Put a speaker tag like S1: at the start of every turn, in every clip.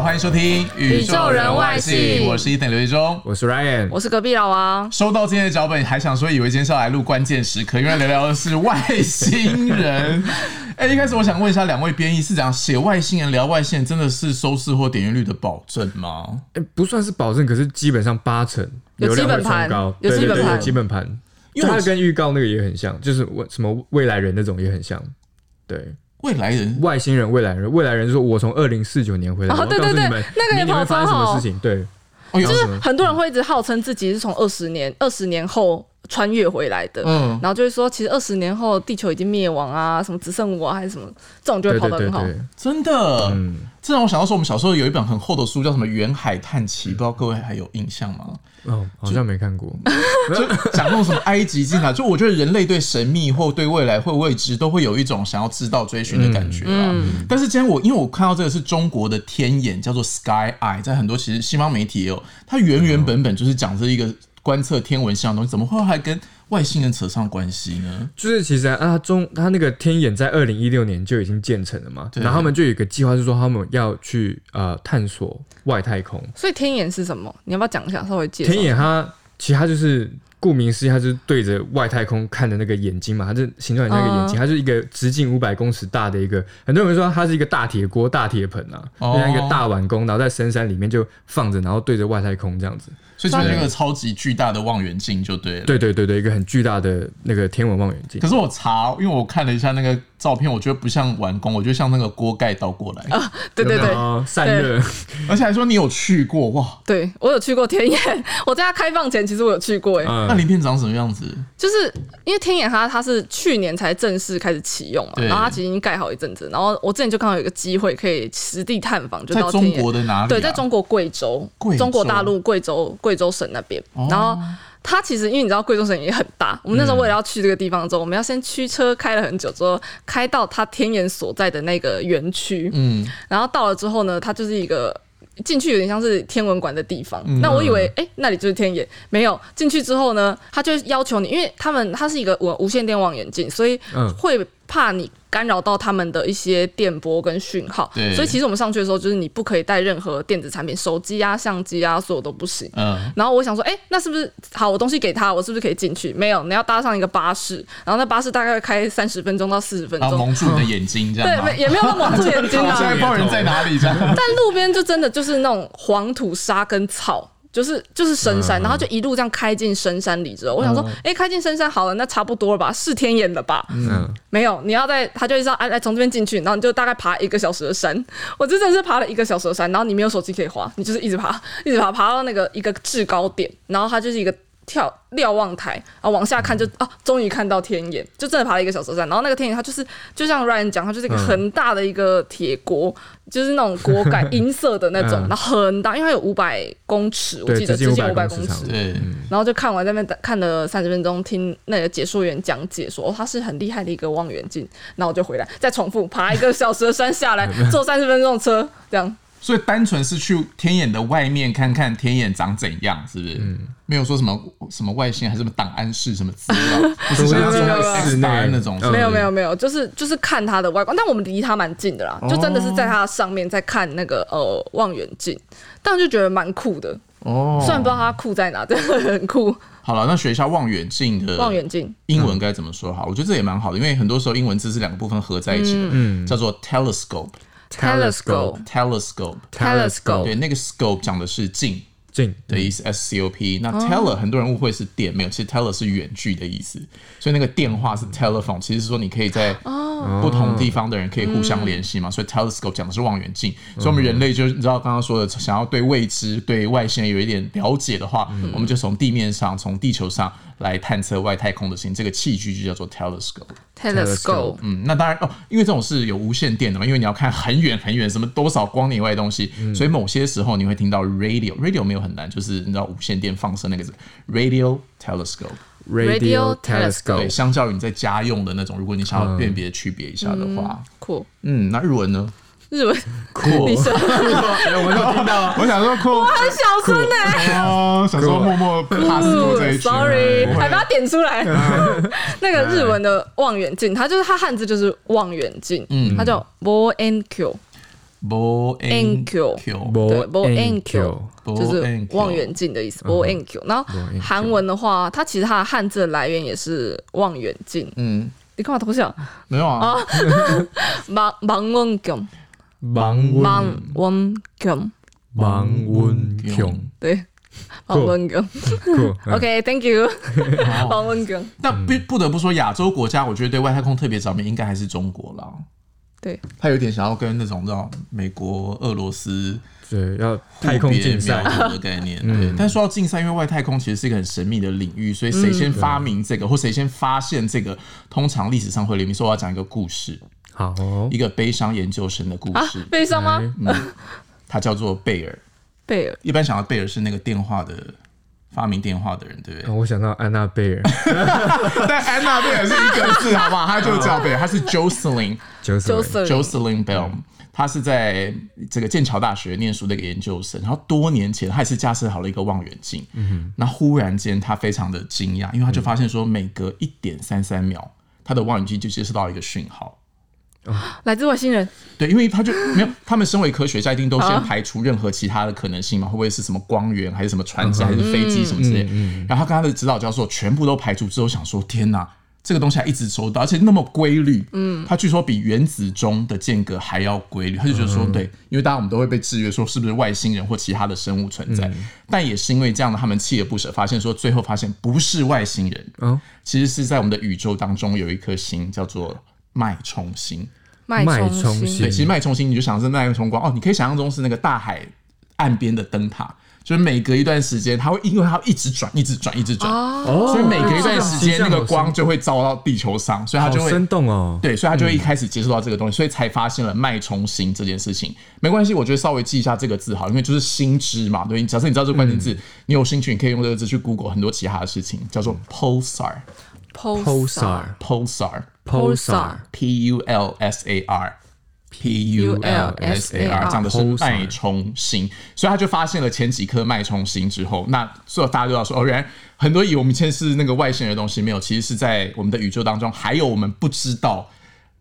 S1: 欢迎收听《宇
S2: 宙人外星
S1: 我是一等刘一中。
S3: 我是 Ryan，
S2: 我是隔壁老王，
S1: 收到今天的脚本，还想说以为今天是要来录关键时刻，因为聊聊的是外星 人。哎、一开始我想问一下两位编译，是讲写外星人聊外星人，真的是收视或点阅率的保证吗？
S3: 诶哎不算是保证，可是基本上八成
S2: 有
S3: 流
S2: 基
S3: 量
S2: 本
S3: 会冲
S2: 盘
S3: 高，
S2: 有
S3: 对
S2: 基
S3: 对
S2: 本
S3: 对
S2: 盘
S3: 有基本盘，
S1: 因
S3: 因
S1: 为
S3: 为
S1: 我
S3: 它跟预告那个也很像，就是我什么未来人那种也很像，对，
S1: 未来人
S3: 外星人、未来人、未来人说，我从二零四九年回来，
S2: 哦
S3: 我要
S2: 对
S3: 告诉
S2: 对
S3: 你
S2: 对
S3: 们，
S2: 那个也
S3: 明年
S2: 跑
S3: 会发生什
S2: 超
S3: 么
S2: 好
S3: 事情，对，
S1: 哦，有
S2: 就是很多人会一直号称自己是从二十年二十年后穿越回来的，
S1: 嗯，
S2: 然后就会说其实二十年后地球已经灭亡啊，什么只剩我啊还是什么，这种就会
S3: 对
S2: 跑
S3: 对
S2: 得
S3: 对
S2: 很好。
S3: 对，
S1: 真的，
S3: 嗯，
S1: 这让我想到说，我们小时候有一本很厚的书，叫什么《远海探奇》，不知道各位还有印象吗？
S3: 哦，好像没看过，
S1: 就讲那种什么埃及进来，就我觉得人类对神秘或对未来或未知都会有一种想要知道追寻的感觉啦。但是今天我因为我看到这个是中国的天眼，叫做 Sky Eye，在很多其实西方媒体也有，它原原本本就是讲这一个观测天文像的东西，怎么会还跟外星人扯上关系呢？
S3: 就是其实啊，啊中他那个天眼在二零一六年就已经建成了嘛，
S1: 对
S3: 然后他们就有一个计划是说他们要去呃探索外太空，
S2: 所以天眼是什么？你要不要讲一下，稍微介绍？
S3: 天眼它其实它就是顾名思义，它就是对着外太空看的那个眼睛嘛，它就形状很像一个眼睛，
S2: 嗯
S3: 它是一个直径五百公尺大的一个，很多人说它是一个大铁锅、大铁盆啊，
S1: 哦
S3: 就像一个大碗公，然后在深山里面就放着，然后对着外太空这样子。
S1: 所以就是一个超级巨大的望远镜就对了。
S3: 对对对对，一个很巨大的那个天文望远镜
S1: 可。是我查，因为我看了一下那个照片，我觉得不像完工，我觉得像那个锅盖倒过来，
S2: 对对对。
S3: 哦，散热，
S1: 而且还说你有去过哇？
S2: 对，我有去过天眼， 我在它开放前其实我有去过、欸，
S1: 那
S3: 嗯，
S1: 鳞片长什么样子？
S2: 就是因为天眼它它是去年才正式开始启用嘛，
S1: 对
S2: 然后它其实已经盖好一阵子，然后我之前就刚好有一个机会可以实地探访，就
S1: 在
S2: 到天
S1: 中
S2: 眼。
S1: 国的哪里、啊？
S2: 对，在中国贵州，
S1: 贵州哦
S2: 中国大陆贵州贵州省那边。然后它其实因为你知道贵州省也很大，我们那时候为了要去这个地方之
S1: 嗯
S2: 后，我们要先驱车开了很久之后，开到它天眼所在的那个园区，
S1: 嗯，
S2: 然后到了之后呢，它就是一个。进去有点像是天文馆的地方，那我以为哎、诶那里就是天眼，没有进去之后呢，他就要求你，因为他们它是一个无无线电望远镜，所以
S3: 嗯
S2: 会怕你干扰到他们的一些电波跟讯号
S1: 对，
S2: 所以其实我们上去的时候，就是你不可以带任何电子产品，手机啊、相机啊，所有都不行。
S1: 嗯，
S2: 然后我想说，哎、那是不是好？我东西给他，我是不是可以进去？没有，你要搭上一个巴士，然后那巴士大概开三十分钟到四十分
S1: 然后
S2: 钟，
S1: 蒙住你的眼睛这样
S2: 对，
S1: 吗。
S2: 没也没有那么蒙住眼睛
S1: 我现
S2: 啊
S1: 在。不知道人在哪里这 样。
S2: 但路边就真的就是那种黄土沙跟草。就是就是深山，然后就一路这样开进深山里之后，我想说，哎、开进深山好了，那差不多了吧，是天眼了吧？
S3: 嗯，
S2: 没有，你要在他就知道，哎、来从这边进去，然后你就大概爬一个小时的山。 我真的是爬了一个小时的山，然后你没有手机可以滑，你就是一直爬，一直爬，爬到那个一个制高点，然后它就是一个跳瞭望台，然后往下看就啊，终于看到天眼，就真的爬了一个小时的山。然后那个天眼它就是就像 Ryan 讲，它就是一个很大的一个铁锅，就是那种锅盖银色的那种，
S3: 嗯
S2: 然后很大，因为它有五百公尺，我
S3: 对
S2: 记得
S3: 直径
S2: 直径五
S3: 500
S2: 百
S3: 公
S2: 公
S3: 尺
S2: 尺
S3: 长。嗯
S1: 对，
S2: 然后就看完在那边看了三十分钟，听那个解说员讲解说，哦，它是很厉害的一个望远镜。然后我就回来，再重复爬一个小时的山下来，坐三十分钟的车，这样
S1: 所以单纯是去天眼的外面看看天眼长怎样，是不是？
S3: 嗯
S1: 没有说什么什么外星还是什么档案室什么资 料，不是像
S3: 都
S1: 是
S3: 是
S1: 中
S3: 那
S1: 国
S3: 个
S1: X
S3: 室内
S1: 档案那种。
S3: 嗯
S2: 没有没有没有，就是就是看它的外观，但我们离它蛮近的啦，就真的是在它上面在看那个呃望远镜，但就觉得蛮酷的，
S1: 哦
S2: 虽然不知道它酷在哪，但是很酷。
S1: 好了，那学一下望远镜的
S2: 望远镜
S1: 英文该怎么说好？我觉得这也蛮好的，因为很多时候英文字是两个部分合在一起
S2: 嗯
S1: 的，叫做 telescope。
S3: Telescope
S1: telescope，
S2: Telescope
S1: 对，那个 scope 讲的是镜，
S3: 镜
S1: 的意思，S C O P。那 teller 很多人误会是电，没有，其实 teller 是远距的意思，所以那个电话是 telephone，其实是说你可以在不同地方的人可以互相联系嘛。所以 telescope 讲的是望远镜，所以我们人类就是你知道刚刚说的，想要对未知、对外星人有一点了解的话，我们就从地面上、从地球上来探测外太空的事情，这个器具就叫做 telescope。
S2: telescope
S3: Telescope
S1: 嗯，那当然哦，因为这种是有无线电的嘛，因为你要看很远很远，什么多少光年以外的东西，
S3: 嗯
S1: 所以某些时候你会听到 radio，radio 没有很难，就是你知道无线电放射那个字 radio telescope，
S2: Radio
S3: ，Radio
S1: 对，
S3: Telescope，
S1: 相较于你在家用的那种，如果你想
S3: 嗯
S1: 要辨别区别一下的话，
S2: 酷，
S1: 嗯那日文呢？
S2: 日文
S1: 酷
S2: 你说
S3: 哎我们都听到
S1: 我想说酷
S2: 很小欸声呢、
S1: 哦，想说默默 pass 过这一句嗯
S2: Sorry，
S1: 不会
S2: 还把它点出来。 那个日
S1: 嗯
S2: 文的望远镜，它就是它汉字就是望远镜，它叫望遠鏡。
S1: b o n q
S2: NQ 对 b o n q 就是望远镜的意
S1: 嗯
S2: 思 b o n q 然后
S3: Boenq
S2: 韩文的话，它其实它的汉字的来源也是望远镜。
S1: 嗯，
S2: 你干嘛偷笑？
S1: 没有啊，
S2: 望望望镜，
S3: 盲
S1: 嗯
S2: 望
S3: 文
S2: 望镜，
S3: 盲文琼，
S2: 对，望望镜。
S3: 酷
S2: OK，Thank you，
S1: 嗯好
S2: 望望镜。
S1: 但
S3: 嗯
S1: 不不得不说，亚洲国家我觉得对外太空特别着迷，应该还是中国啦。
S2: 对，
S1: 他有点想要跟那种让美国、俄罗斯
S3: 对，要太空竞赛嗯
S1: 互别，苗头的概念。对，但说到竞赛，因为外太空其实是一个很神秘的领域，所以谁先发明这个，或谁先发现这个，通常历史上会留名。所以我要讲一个故事，
S3: 好哦
S1: 一个悲伤研究生的故
S2: 啊
S1: 事，，嗯
S2: 悲伤
S1: 哎
S2: 吗？
S1: 他叫做贝尔。
S2: 贝尔，
S1: 一般想到贝尔是那个电话的发明电话的人，对不对？
S3: 哦我想到安娜贝尔，
S1: 但安娜贝尔是一个字，好不好？他就叫贝尔，他是 Jocelyn
S3: 九
S2: 就
S3: 十，
S2: 是
S1: Jocelyn Bell。他是在这个剑桥大学念书的一个研究生，然后多年前他也是架设好了一个望远镜，那忽然间他非常的惊讶，因为他就发现说每隔一点三三秒，他的望远镜就接收到一个讯号，
S2: 来自外星人。
S1: 对，因为他就没有，他们身为科学家，一定都先排除任何其他的可能性嘛，会不会是什么光源，还是什么船只，还是飞机什么之类。然后他跟他的指导教授全部都排除之后，想说天哪，这个东西还一直收到，而且那么规律。嗯，他据说比原子钟的间隔还要规律，他就觉得说对，因为大家我们都会被制约说是不是外星人或其他的生物存在，但也是因为这样的，他们锲而不舍，发现说最后发现不是外星人，
S3: 哦
S1: 其实是在我们的宇宙当中有一颗星叫做脉冲星。
S2: 脉
S3: 脉
S2: 冲
S3: 冲
S2: 星
S3: 星
S1: 对，其实脉冲星你就想是那个冲光哦，你可以想象中是那个大海岸边的灯塔，就是每隔一段时间，它会因为它一直转，一直转，一直转，
S2: 哦，
S3: 哦
S1: 所以每隔一段时间
S3: 形象
S1: 那
S3: 好
S1: 个光
S3: 生
S1: 就会照到地球上，所以它就
S3: 好
S1: 会
S3: 生动哦，
S1: 对，所以他就会一开始接触到这个东西，所以才发现了脉冲星这件事情。没关系，我觉得稍微记一下这个字好，因为就是心知嘛，对。假设你知道这个关键字，你有兴趣，你可以用这个字去 Google 很多其他的事情，叫做 pulsar，pulsar，p
S3: ，pulsar
S2: Pulsar
S3: pulsar
S1: u l s a r。P U L S A R 讲的是脉冲星，所以他就发现了前几颗脉冲星之后，那所以大家都要说，哦，原来很多以为我们以前是那个外星人的东西没有，其实是在我们的宇宙当中还有我们不知道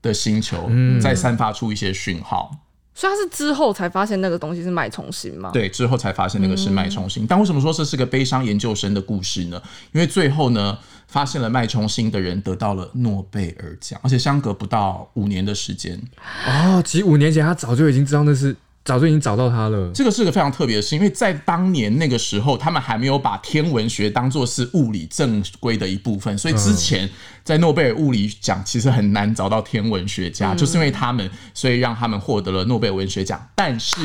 S1: 的星球在散发出一些讯号。
S2: 所以他是之后才发现那个东西是脉冲星吗？，
S1: 对，之后才发现那个是脉冲星。但为什么说这是个悲伤研究生的故事呢？因为最后呢，发现了脉冲星的人得到了诺贝尔奖，而且相隔不到五年的时间。
S3: 哦，其实五年前他早就已经知道那是，早就已经找到他了，
S1: 这个是个非常特别的事，因为在当年那个时候，他们还没有把天文学当做是物理正规的一部分，所以之前在诺贝尔物理奖其实很难找到天文学家，就是因为他们，所以让他们获得了诺贝尔文学奖。但是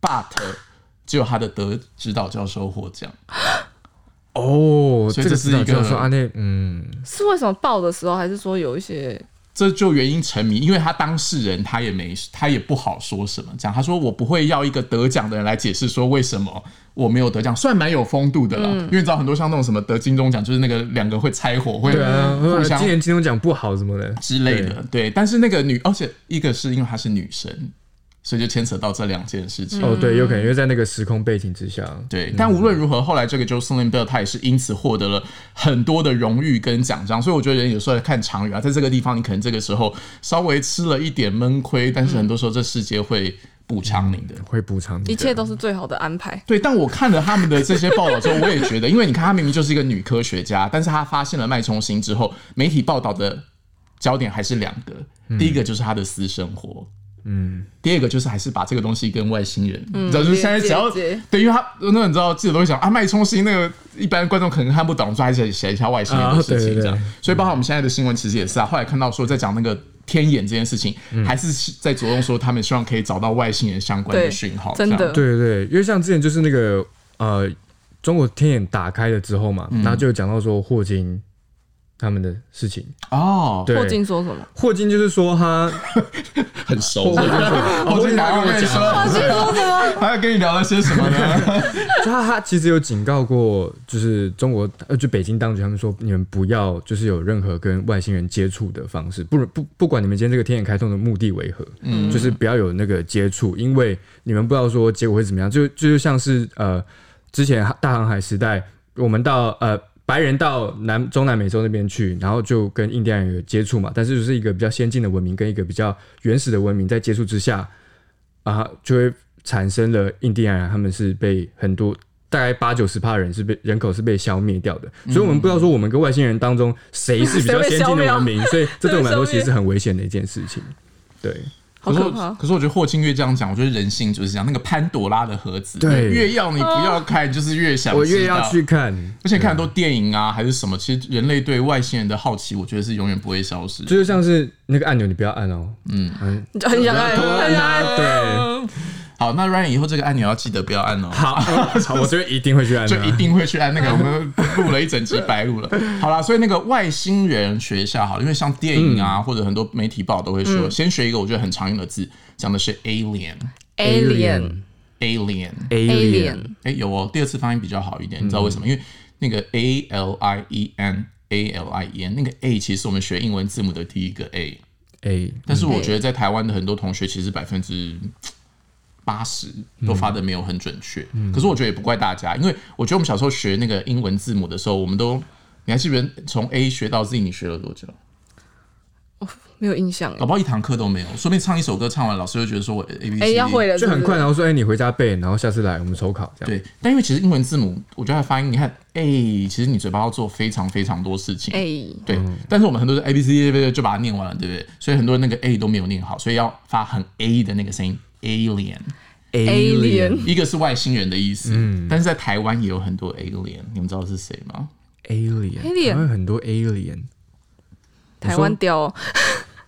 S1: ，but 只有他的德指导教授获奖，
S3: 哦，
S1: 所以
S3: 这
S1: 这
S3: 个
S1: 是
S3: 指导
S1: 一个
S3: 教授啊，那嗯，
S2: 是为什么报的时候，还是说有一些
S1: 这就原因沉迷，因为他当事人他也没他也不好说什么，这样他说我不会要一个得奖的人来解释说为什么我没有得奖，算蛮有风度的啦。
S3: 嗯
S1: 因为你知道很多像那种什么得金钟奖，就是那个两个会拆伙会
S3: 对啊，
S1: 互相
S3: 今年金钟奖不好什么的，
S1: 之类的，对。但是那个女，而且一个是因为她是女生，所以就牵扯到这两件事情。
S3: 哦，对，有可能因为在那个时空背景之下，
S1: 嗯
S2: 嗯
S1: 对，但无论如何，后来这个 Jocelyn Bell 她也是因此获得了很多的荣誉跟奖章，所以我觉得人有时候要看长远啊，在这个地方你可能这个时候稍微吃了一点闷亏，但是很多时候这世界会补偿你的。
S2: 嗯
S3: 会补偿你的
S2: 一切都是最好的安排？
S1: 对，但我看了他们的这些报道之后，我也觉得，因为你看，她明明就是一个女科学家，但是她发现了脉冲星之后，媒体报道的焦点还是两个，
S2: 嗯
S1: 第一个就是她的私生活，嗯，第二个就是还是把这个东西跟外星人，你知道，就是现在只要
S2: 嗯连接
S1: 对，因为他那你知道，记者都会讲啊，脉冲星那个一般观众可能看不懂，所以还是写一下外星人的事
S3: 啊对
S1: 情
S3: 对
S1: 这样。所以包括我们现在的新闻其实也是啊，后来看到说在讲那个天眼这件事情，还是在着重说他们希望可以找到外星人相关的
S2: 对
S1: 讯号，
S2: 真
S1: 这样
S2: 的
S3: 对对，对因为像之前就是那个呃，中国天眼打开了之后嘛，然后就有讲到说霍金他们的事情。
S1: 哦，
S3: 对，
S2: 霍金说什么？
S3: 霍金就是说他
S1: 很熟。我
S3: 霍
S1: 最
S3: 金
S1: 想要
S3: 他
S1: 跟你说，
S2: 霍金 说什么？
S1: 还要跟你聊了些什么呢？
S3: 就他他其实有警告过，就是中国呃，就北京当局他们说，你们不要就是有任何跟外星人接触的方式，不不不管你们今天这个天眼开通的目的为何，嗯，就是不要有那个接触，因为你们不知道说结果会怎么样，就就像是呃，之前大航海时代，我们到呃。白人到南中南美洲那边去，然后就跟印第安人有接触嘛，但是就是一个比较先进的文明跟一个比较原始的文明在接触之下，啊，就会产生了印第安人他们是被很多大概八九十趴人是被人口是被消灭掉的，所以我们不知道说我们跟外星人当中谁是比较先进的文明，所以这对我们来说其实是很危险的一件事情。对，
S2: 好
S1: 可是
S2: 可
S1: 我
S2: 怕。
S1: 可是我觉得霍金越这样讲，我觉得人性就是这样。那个潘多拉的盒子，
S3: 对
S1: 越要你不要看，就是越想
S3: 我越
S1: 知道
S3: 要去看，
S1: 而且看很多电影啊，还是什么，其实人类对外星人的好奇，我觉得是永远不会消失。
S3: 这就像是那个按钮你不要按哦，
S2: 你就很想爱，
S3: 不要
S2: 很
S3: 按
S2: 想爱。
S3: 啊，对，
S1: 好，那 Ryan 以后这个按钮要记得不要按哦。
S3: 好，好，我这边一定会去按啊
S1: 就一
S3: 的。
S1: 定会去按那个，我们录了一整集白录了。好啦，所以那个外星人学一下好了，因为像电影啊，或者很多媒体报都会说，先学一个我觉得很常用的字，讲的是 alien，alien。
S2: Alien Alien，
S1: 哎、有哦，第二次发音比较好一点，你知道为什么？因为那个 A L I E N A L I E N 那个 A 其实是我们学英文字母的第一个 A，
S3: A
S1: 但是我觉得在台湾的很多同学其实百分之八十都发的没有很准确，可是我觉得也不怪大家，因为我觉得我们小时候学那个英文字母的时候，我们都你还记不记得从 A 学到 Z 你学了多久？
S2: 没有印象欸
S1: 搞不好一堂课都没有，说不定唱一首歌唱完，老师就觉得说我 A B C
S2: 哎，
S1: D
S2: 要会了，
S3: 就很
S2: 是不
S3: 快，
S2: 是。
S3: 然后说，哎，你回家背，然后下次来我们抽考这样。
S1: 对，但因为其实英文字母，我觉得它发音，你看，哎、其实你嘴巴要做非常非常多事情，
S2: 哎，
S1: 对，但是我们很多人 A B C D 就把它念完了，对不对？所以很多人那个 A 都没有念好，所以要发很 A 的那个声音，alien。
S2: Alien
S1: 一个是外星人的意思，但是在台湾也有很多 alien，你们知道是谁吗？
S2: Alien
S3: Alien，Alien，很多 Alien。
S2: 台湾雕哦。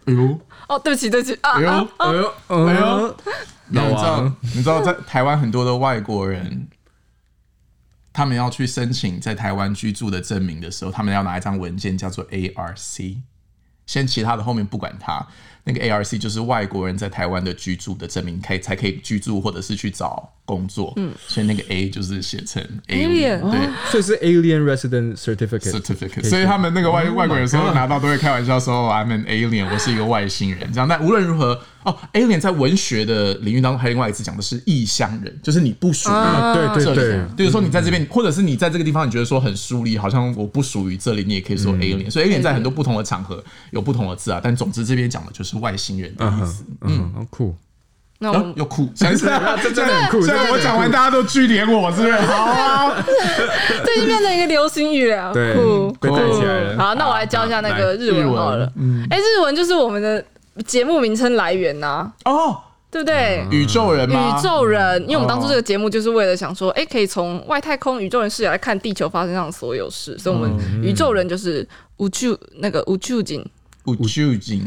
S1: 哎呦，
S2: 哦，对不起，对不起啊
S1: 哎
S2: 啊！
S1: 呦，
S3: 哎呦，哎呦，
S1: 你知
S3: 老
S1: 道
S3: 王，
S1: 你知道在台湾很多的外国人，他们要去申请在台湾居住的证明的时候，他们要拿一张文件叫做 ARC，先其他的后面不管它，那个 ARC 就是外国人在台湾的居住的证明，可以才可以居住或者是去找工作，所以那个 A 就是写成 alien，
S2: Alien
S1: 对。
S3: 所以是 Alien Resident Certificate。哦
S1: certificate，所以他们那个外外国人有时候拿到都会开玩笑 说哦 I'm an alien，我是一个外星人这样。但无论如何，哦，alien 在文学的领域当中还有另外一次讲的是异乡人，就是你不属于
S3: 啊对
S1: 这
S3: 对
S1: 里
S3: 对。
S1: 比如说你在这边，或者是你在这个地方，你觉得说很疏离，好像我不属于这里，你也可以说
S3: 嗯
S1: alien。所以 alien 在很多不同的场合有不同的字啊，但总之这边讲的就是外星人的
S3: 嗯
S1: 意
S3: 哼
S1: 思。
S3: 嗯，好酷。
S2: 那我
S1: 啊
S2: 们
S1: 又酷，真 是
S3: 这嗯真的很酷嗯
S1: 虽
S3: 这真的
S1: 然
S3: 很
S1: 我讲完，
S3: 酷
S1: 大家都聚连我，是不是？好啊。
S2: 这已经变成一个流行语了，
S3: 对
S2: 酷
S3: 被带起来
S2: 酷
S3: 了
S2: 好，那我来教一下那个日文好了。
S1: 嗯
S2: 哎，日文就是我们的节目名称来源呐，
S1: 哦，
S2: 对不对？
S3: 嗯
S1: 宇宙人吗？
S2: 宇宙人，因为我们当
S3: 哦
S2: 初这个节目就是为了想说，哎，可以从外太空宇宙人视角来看地球发生上的所有事，所以我
S3: 嗯
S2: 们宇宙人就是宇宙那个宇宙警，
S1: 宇宙人。
S2: 宙
S3: 无究
S2: 警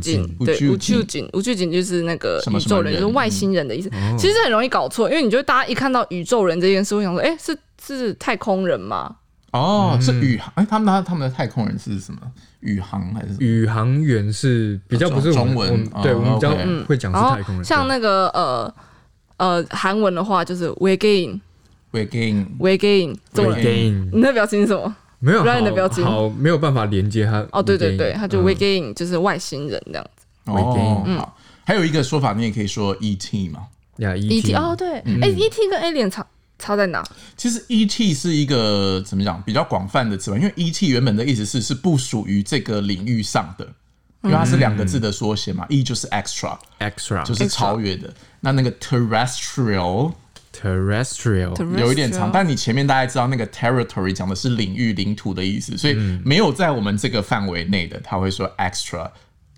S3: 竟，
S2: 对，
S1: 宇宙
S2: 宇
S1: 警
S2: 宙警，宇宙警就是那个
S1: 什么
S2: 宇
S1: 什么
S2: 宙人，
S1: 人
S2: 就是外星人的意思。
S3: 嗯
S2: 其实很容易搞错，因为你就大家一看到宇宙人这件事，会想说，哎，是是太空人吗？
S1: 哦，是
S3: 嗯
S1: 宇航？哎、他们的他们的太空人是什么？宇航还是什么？
S3: 宇航员是比较不是我们
S1: 中文
S3: 我们
S1: 哦
S3: 对我们比较
S1: OK
S3: 会讲
S2: 然
S3: 是
S2: 后
S3: 太空
S2: 嗯
S3: 人，
S2: 哦像那个呃呃韩文的话，就是 we gain
S1: 维京
S2: we gain 中文，
S3: Regain
S2: 你的表情是什么？
S3: 没有
S2: Ryan 的
S3: 好
S2: 表情
S3: 好没有办法连接它。
S2: 哦，对对对，他就 we
S3: Regain，
S2: gain
S3: 嗯
S2: 就是外星人这样子。
S1: 哦，好。还有一个说法，你也可以说 E T 嘛。
S3: 嗯呀
S2: E.T.
S3: ，ET
S2: 哦，对，
S3: 嗯
S2: 哎，E.T. 跟 Alien 差差在哪？
S1: 其实 E T 是一个怎么讲比较广泛的词吧，因为 E T 原本的意思是是不属于这个领域上的，因为它是两个字的缩写嘛、e 就是 extra，
S3: 嗯 extra
S1: 就是超越的。那那个 terrestrial
S3: terrestrial
S1: 有一点
S2: 啊
S1: 长，但你前面大概知道那个 territory 讲的是领域、领土的意思，所以没有在我们这个范围内的，他会说 extra。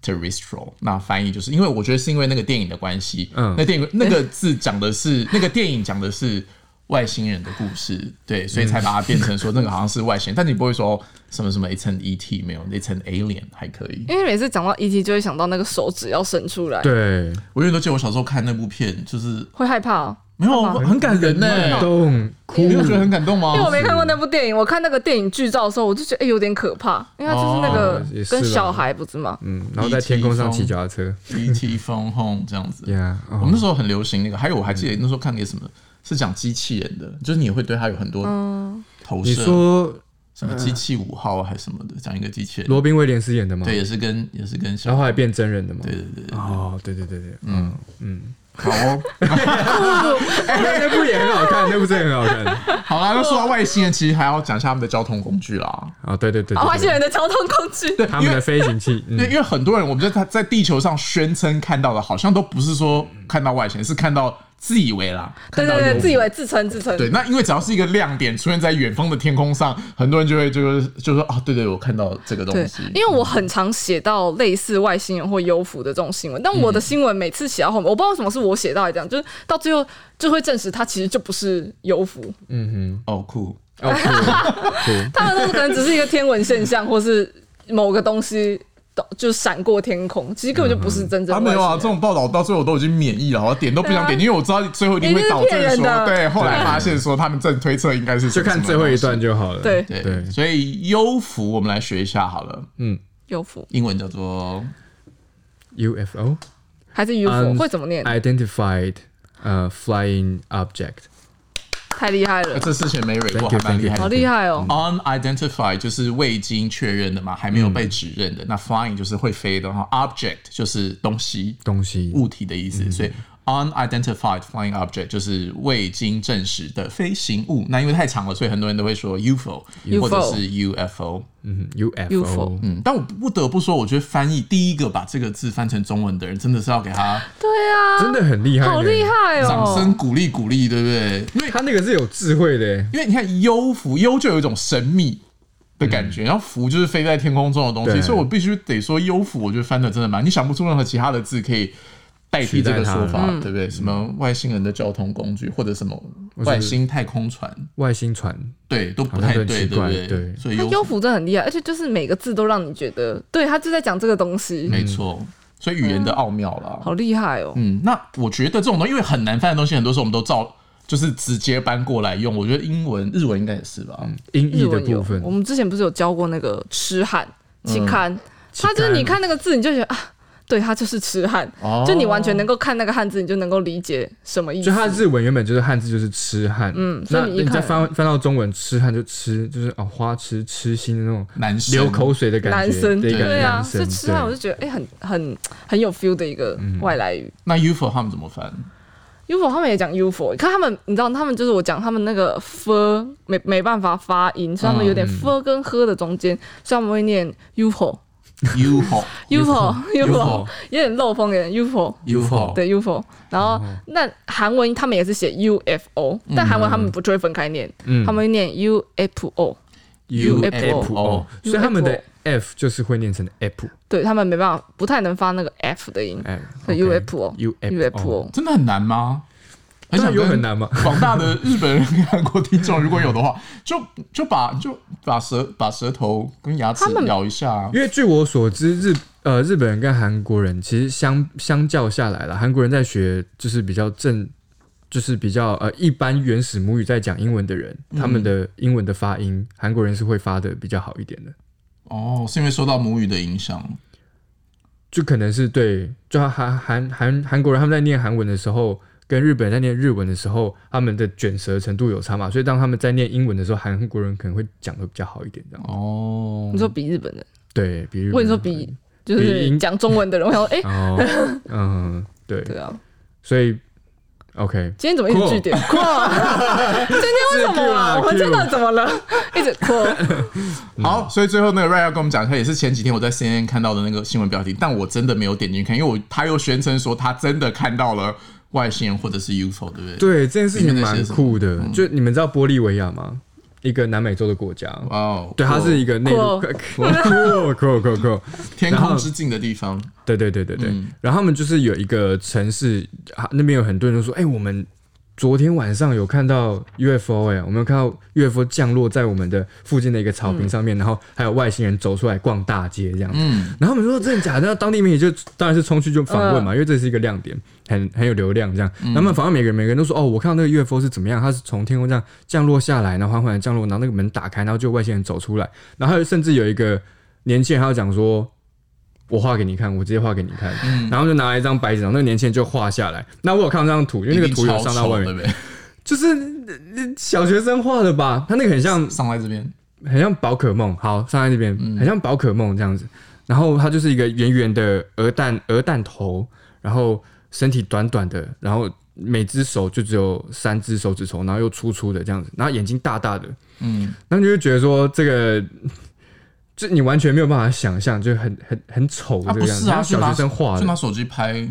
S1: terrestrial，那翻译就是因为我觉得是因为那个电影的关系，
S3: 嗯
S1: 那电影那个字讲的是 那个电影讲的是外星人的故事，对，所以才把它变成说那个好像是外星人，但你不会说哦什么什么 it's an ET 没有，it's an alien 还可以。
S2: 因为每次讲到 E.T. 就会想到那个手指要伸出来，
S3: 对，
S1: 我永远都记得我小时候看那部片，就是
S2: 会害怕哦。
S1: 没有很感人呢、
S3: 动哭
S1: 你没有觉得很感动
S3: 哦
S1: 吗？
S2: 因为我没看过那部电影，我看那个电影剧照的时候，我就觉得哎有点可怕，因为它就是那个
S3: 哦也是啦
S2: 跟小孩不是吗？
S3: 嗯，然后在天空上
S1: ET
S3: 骑脚踏车
S1: ET phone E home 这样子，
S3: ，Yeah，
S1: 我们
S3: 哦
S1: 那时候很流行那个，还有我还记得
S3: 嗯
S1: 那时候
S2: 嗯
S1: 看那个什么，是讲机器人的，就是你也会对它有很多投
S3: 你
S1: 射，
S3: 说嗯
S1: 什么机器五号啊还是什么的，讲一个机器人，
S3: 罗宾威廉斯演的吗？
S1: 对，也是跟也是跟
S3: 然
S1: 小
S3: 后后来变真人的吗？
S1: 对对对对，
S3: 哦，对对对对，嗯嗯，哎
S1: 好 哦，
S3: 那那部也很好看，那部真的很好看
S1: 好啦，那说到外星人，其实还要讲一下他们的交通工具啦。
S3: 啊！对对对，
S2: 啊，
S3: 对
S2: 外星，人的交通工具，
S1: 对，
S3: 他
S1: 因
S3: 们
S1: 为
S3: 的飞行器，嗯
S1: 对，因为很多人我们在他在地球上宣称看到的，好像都不是说看到外星人，是看到自以为啦，
S2: 对
S1: 看到
S2: 对
S1: 有
S2: 对，自以为自称自称，
S1: 对，那因为只要是一个亮点出现在远方的天空上，很多人就会就是就说啊，对对，我看到这个东
S2: 对
S1: 西，，
S2: 因为我很常写到类似外星人或幽浮的这种新闻，但
S1: 嗯
S2: 我的新闻每次写到后面，我不知道为什么是我写到还是这样，就是到最后 就会证实它其实就不是幽浮，
S3: 嗯
S1: 哦酷，
S3: 哼，哦，酷 酷
S2: 它的那个可能只是一个天文现象，或是某个东西都就闪过天空，其实根本就不是真正的
S1: 啊
S2: 外星
S1: 没
S2: 人。
S1: 有啊，这种报道到最后我都已经免疫了，我点都不想点，
S2: 对啊
S1: 因为我知道最后一定会导
S2: 一定是骗
S1: 致
S2: 人
S1: 说，
S2: 的
S1: 对，后来发现说他们正推测应该是
S3: 就看最后一段
S1: 就
S3: 就好了。
S2: 对
S1: 对，
S3: 对
S1: 所以优浮我们来学一下好了，
S3: 嗯
S2: 幽浮
S1: 英文叫做
S3: ，UFO
S2: 还是 UFO
S3: 嗯
S2: 会怎么
S1: 哎
S2: 念？
S3: identified 呃 flying object，
S2: 太厉害
S1: 呃
S2: 了，
S1: 这之前没蕊过，
S3: Thank
S1: 还
S3: you,
S1: 蛮厉害
S3: thank you.
S2: 好
S1: 的。
S2: 厉害
S1: 嗯
S2: 哦！
S1: Unidentified 就是未经确认的嘛，还没有
S2: 嗯
S1: 被指认的。那 flying 就是会飞的，然后 object 就是东西、
S3: 东西
S1: 物体的意思，所以 unidentified flying object 就是未经证实的飞行物。那因为太长了，所以很多人都会说 UFO 或者是 UFO。
S3: 嗯哼
S2: UFO
S3: ，UFO
S1: 嗯，但我不得不说，我觉得翻译第一个把这个字翻成中文的人，真的是要给他
S2: 对啊，
S3: 真的很厉害，
S2: 好厉！害哦！
S1: 掌声鼓励鼓励，对不对？因为
S3: 他那个是有智慧的，
S1: 因为你看幽浮，幽就有一种神秘的感觉，然后浮就是飞在天空中的东西，
S3: 嗯对
S1: 所以我必须得说幽浮，我觉得翻的真的蛮，你想不出任何其他的字可以代替这个说
S3: 取代嗯
S1: 法，对不对？什么外星人的交通工具，或者什么外星太空船，
S3: 外星船
S1: 对，都不太
S3: 好像都
S1: 对，
S3: 很奇
S1: 对不
S3: 怪
S1: 对？
S3: 对
S1: 所以
S2: 他
S1: 幽
S2: 幽
S1: 浮
S2: 浮真的很厉害，而且就是每个字都让你觉得，对他就在讲这个东西，
S3: 嗯
S1: 没错，所以语
S2: 嗯
S1: 言的奥妙啦。
S2: 好厉害哦！
S1: 嗯，那我觉得这种东西，因为很难翻的东西，很多时候我们都照。就是直接搬过来用，我觉得英文、日文应该也是吧。
S3: 音
S2: 日
S3: 译的
S2: 文有
S3: 部分，
S2: 哎
S3: 嗯
S2: 我们之前不是有教过那个痴汉、痴汉，他就是你看那个字你就觉得啊，对他就是痴汉，
S1: 哦
S2: 就你完全能够看那个汉字，你就能够理解什么意思
S3: 就。它日文原本就是汉字，就是痴汉。
S2: 嗯所
S3: 那
S2: 以你一
S3: 你再
S2: 看
S3: 翻翻到中文，痴汉就痴，就是哦花痴痴心的那种
S1: 男生
S3: 流口水的感觉，
S2: 男生
S3: 对一个
S2: 对啊，
S3: 男
S2: 所
S3: 生
S2: 以痴汉我就觉得哎、很很很有 feel 的一个嗯外来语。
S1: 那 UFO 他们怎么翻？
S2: UFO 他们也讲 UFO，你看他们，你知道他们就是我讲他们那个 f 没没办法发音，所以他们有
S3: 嗯
S2: 点 f 跟 h 的中间，所以他们会念 UFO。
S1: UFO
S2: UFO UFO
S1: UFO
S2: 有点漏风，有点 UFO
S1: UFO
S2: 对 UFO，然
S3: 哦
S2: 后那韩文他们也是写 UFO，但
S3: 嗯
S2: 韩文他们不就会分开念，他们会念 UFO，
S3: F O，所以他们的 F 就是会念成 F
S2: 对他们没办法，不太能发那个 F 的音，
S3: F
S2: 对 UFO
S3: U 嗯
S2: UFO，
S1: 真的很难吗？很
S3: 那
S1: 想
S3: 有
S1: 跟
S3: 很难吗？
S1: 广大的日本人跟韩国听众，如果有的话，就就把就把舌把舌头跟牙齿
S2: 他们
S1: 咬一下啊。
S3: 因为据我所知，日呃日本人跟韩国人其实相相较下来了，韩国人在学就是比较正，就是比较呃一般原始母语在讲英文的人，他们的英文的发音，韩国人是会发的比较好一点的，
S1: 哦，是因为受到母语的影响。
S3: 就可能是对，就韩韩韩韩国人他们在念韩文的时候。跟日本人在念日文的时候，他们的卷舌程度有差嘛，所以当他们在念英文的时候，韩国人可能会讲的比较好一点，这样。
S1: 哦
S2: 你，说比日本人，
S3: 对，比日
S2: 或
S3: 本
S2: 者说
S3: 人
S2: 比
S3: 会
S2: 就
S3: 比
S2: 是
S3: 英
S2: 讲中文的人，我想说，哎，
S3: 哦，嗯，对，
S2: 对啊，
S3: 所以 OK，
S2: 今天怎么一直
S3: Cool
S2: 据点？啊 今天为什么啊？
S3: 是 Q 啊
S2: 我们
S3: Q
S2: 真的怎么了？一直扩，
S1: 好，所以最后那个 Ray 要跟我们讲一下，也是前几天我在 CNN 看到的那个新闻标题，但我真的没有点进去看，因为我他又宣称说他真的看到了外星人或者是 UFO，对不对？
S3: 对，这件事情蛮酷的。
S1: 嗯
S3: 就你们知道玻利维亚吗？一个南美洲的国家。
S1: 哇哦，
S3: 对，它是一个内陆
S2: 酷
S3: 酷哦酷酷酷酷，
S1: 天
S3: 然
S1: 空
S3: 后
S1: 之境的地方。
S3: 对对对对对。
S1: 嗯
S3: 然后他们就是有一个城市，啊那边有很多人都说，哎、我们昨天晚上有看到 UFO，哎、我们有看到 UFO 降落在我们的附近的一个草坪上面，然后还有外星人走出来逛大街这样子。
S1: 嗯，
S3: 然后我们说真的假的，那当地媒体就当然是冲去就访问嘛，因为这是一个亮点，很很有流量这样。
S1: 嗯
S3: 然后他们访问每个人，每个人都说哦，我看到那个 UFO 是怎么样，它是从天空这样降落下来，然后缓缓的降落，然后那个门打开，然后就有外星人走出来，然后还有甚至有一个年轻人还要讲说。我画给你看，我直接画给你看，
S1: 嗯
S3: 然后就拿来一张白纸，然后那个年轻人就画下来。那我有看到那张图，因为那个图有上到外
S1: 一定超丑对
S3: 面，
S1: 不对？
S3: 就是呃小学生画的吧？他那个很 像
S1: 上来这边，
S3: 很像宝可梦，好上在这边
S1: 嗯
S3: 很像宝可梦这样子。然后它就是一个圆圆的鹅蛋鹅蛋头，然后身体短短的，然后每只手就只有三只手指头，然后又粗粗的这样子，然后眼睛大大的，
S1: 嗯，
S3: 那你就会觉得说这个。就你完全没有办法想象，就很很很丑的
S1: 啊
S3: 这
S1: 不
S3: 个样子，
S1: 是啊，
S3: 像
S1: 就
S3: 小
S1: 拿
S3: 学生画的
S1: 就，拿手机拍，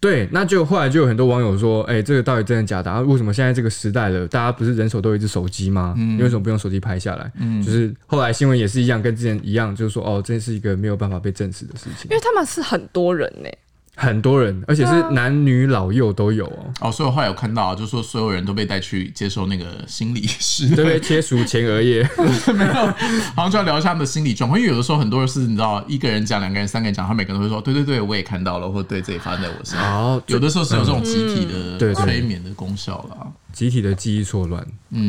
S3: 对，那就后来就有很多网友说，哎、这个到底真的假的？啊为什么现在这个时代了，大家不是人手都有一只手机吗？
S2: 嗯
S3: 你为什么不用手机拍下来？就是后来新闻也是一样，跟之前一样，就是说，哦，这是一个没有办法被证实的事情
S2: 因。为他们是很多人呢、
S3: 很多人，而且是男女老幼都有哦，
S1: 哦，所以我后来有看到啊，就说所有人都被带去接受那个心理医师，
S3: 对不对？切除前 额叶，
S1: 没有， 好像就要聊一下他们的心理状况，因为有的时候很多人是你知道，一个人讲、两个人、三个人讲，他每个人都会说，对对对，我也看到了，或对，这也发生在我身上。
S3: 好，
S1: 有
S3: 哦就
S1: 的时候是有这种集体的
S3: 嗯对对
S1: 催眠的功效啦。
S3: 集体的记忆错乱，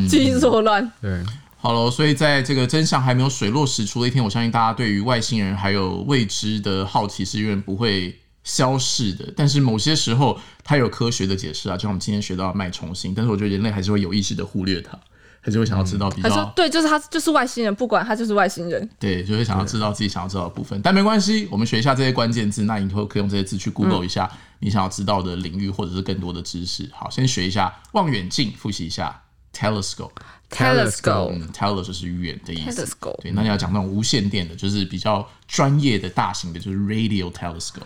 S2: 记忆错乱，
S3: 对，
S1: 好了，所以在这个真相还没有水落石出的一天，我相信大家对于外星人还有未知的好奇是永远不会消逝的。但是某些时候，它有科学的解释啊，就像我们今天学到的脉冲星，但是我觉得人类还是会有意识的忽略它， 还是会想要知道比
S2: 他
S1: 较、
S3: 嗯
S2: 说对，就是他就是外星人，不管他就是外星人，
S1: 对，就会想要知道自己想要知道的部分。但没关系，我们学一下这些关键字，那以后可以用这些字去 Google 一下你想要知道的领域或者是更多的知识。好，先学一下望远镜，复习一下 telescope。
S3: Telescope
S1: 嗯，tele 就是远的意思。
S2: Telescope
S1: 对，那你要讲那种无线电的，就是比较专业的大型的，就是 radio telescope。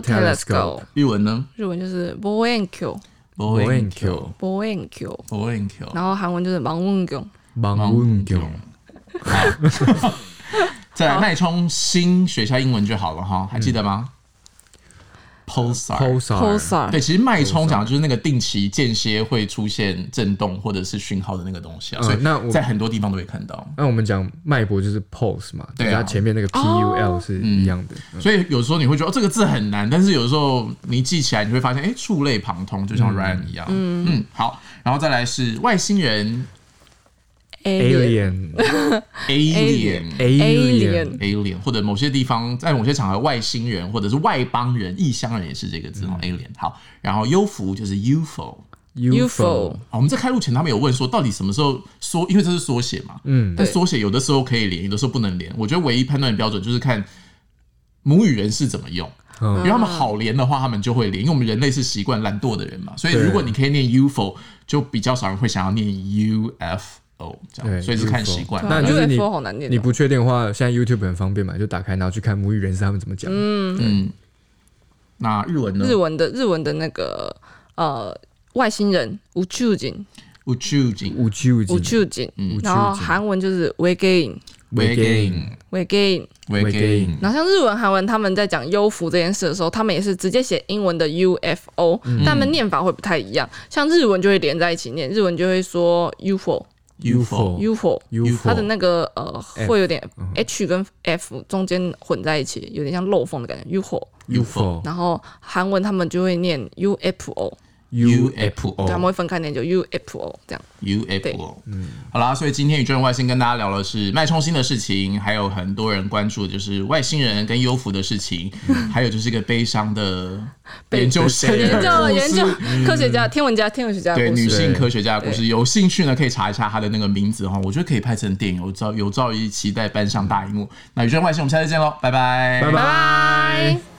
S2: Radio
S3: telescope
S2: Telescope，
S1: 日文呢
S2: 日文就是 Boenq
S3: Boenko 哦
S2: Boenq，
S1: Boenq。
S2: 然后韩文就是盲问囧。
S3: 盲问囧，
S1: 再来，耐冲星学一下英文就好了哈，还记得吗？Pulsar。
S3: pulsar，
S2: Pulsar
S1: 对，其实脉冲讲的就是那个定期间歇会出现震动或者是讯号的那个东西啊，
S3: 嗯
S1: 所以
S3: 那我
S1: 在很多地方都会看到。
S3: 那我们讲脉搏就是 pulse 嘛，
S1: 对啊
S3: 就是它前面那个 P U L 是一样的，
S2: Oh
S1: 所以有时候你会觉得、哦、这个字很难，但是有时候你记起来，你会发现哎，触类旁通，就像 Ryan 一样。嗯好，然后再来是外星人
S3: 哎 Alien
S1: alien
S2: Alien
S1: alien，或者某些地方在某些场合外星人或者是外邦人、异乡人也是这个字哦、alien。好，
S3: 嗯
S1: 然后幽浮就是 UFO。
S2: UFO
S1: 好，我们在开录前他们有问说，到底什么时候缩？因为这是缩写嘛，嗯，但缩写有的时候可以连，有的时候不能连。我觉得唯一判断的标准就是看母语人士怎么用。
S3: 嗯
S1: 因为他们好连的话，他们就会连，因为我们人类是习惯懒惰的人嘛，所以
S3: 对
S1: 如果你可以念 UFO，就比较少人会想要念 UFO 这
S3: 对
S1: 样，所以是看
S3: UFO
S1: 习惯。
S2: 啊
S3: 那就是你
S2: UFO 好难念哦
S3: 你不确定的话，现在 YouTube 很方便嘛，就打开然后去看母语人士他们怎么讲。
S1: 嗯，那日文呢？
S3: 嗯
S2: 日文的日文的那个呃外星人无趣景
S1: 宇宙人
S3: 五 G 五
S2: 无
S3: G
S2: 趣景，
S3: 宇宙人
S2: 然后韩文就是외계인
S3: 외계인
S2: 외계인，
S3: 嗯
S1: 외계인
S2: 然后像日文、韩文他们在讲优浮这件事的时候，他们也是直接写英文的 UFO，、但
S3: 嗯
S2: 他们念法会不太一样。像日文就会连在一起念，日文就会说 UFO
S1: UFO
S2: UFO，
S3: UFO
S2: 它的那个呃
S3: F
S2: 会有点
S1: 嗯
S2: H 跟 F 中间混在一起，有点像漏缝的感觉 UFO。
S1: 哦
S3: UFO
S2: 然后韩文他们就会念 UFO，对他们
S1: UFO
S2: 会分开念，就 UFO 这样。对
S1: UFO。嗯，好啦，所以今天宇宙人外星跟大家聊的是脉冲星的事情，还有很多人关注的就是外星人跟幽浮的事情，还有就是一个悲伤的
S2: 被
S1: 研究谁
S2: 研究
S1: 的故
S2: 研
S1: 事
S2: 究科学家、天文家、天文学家的
S1: 对
S2: 故
S1: 女
S2: 事。
S1: 性科学家的故事，有兴趣呢可以查一下她的那个名字哈，我觉得可以拍成电影，有朝有朝一日期待搬上大荧幕。那宇宙人外星，我们下次见喽，拜拜，
S3: 拜
S2: 拜拜。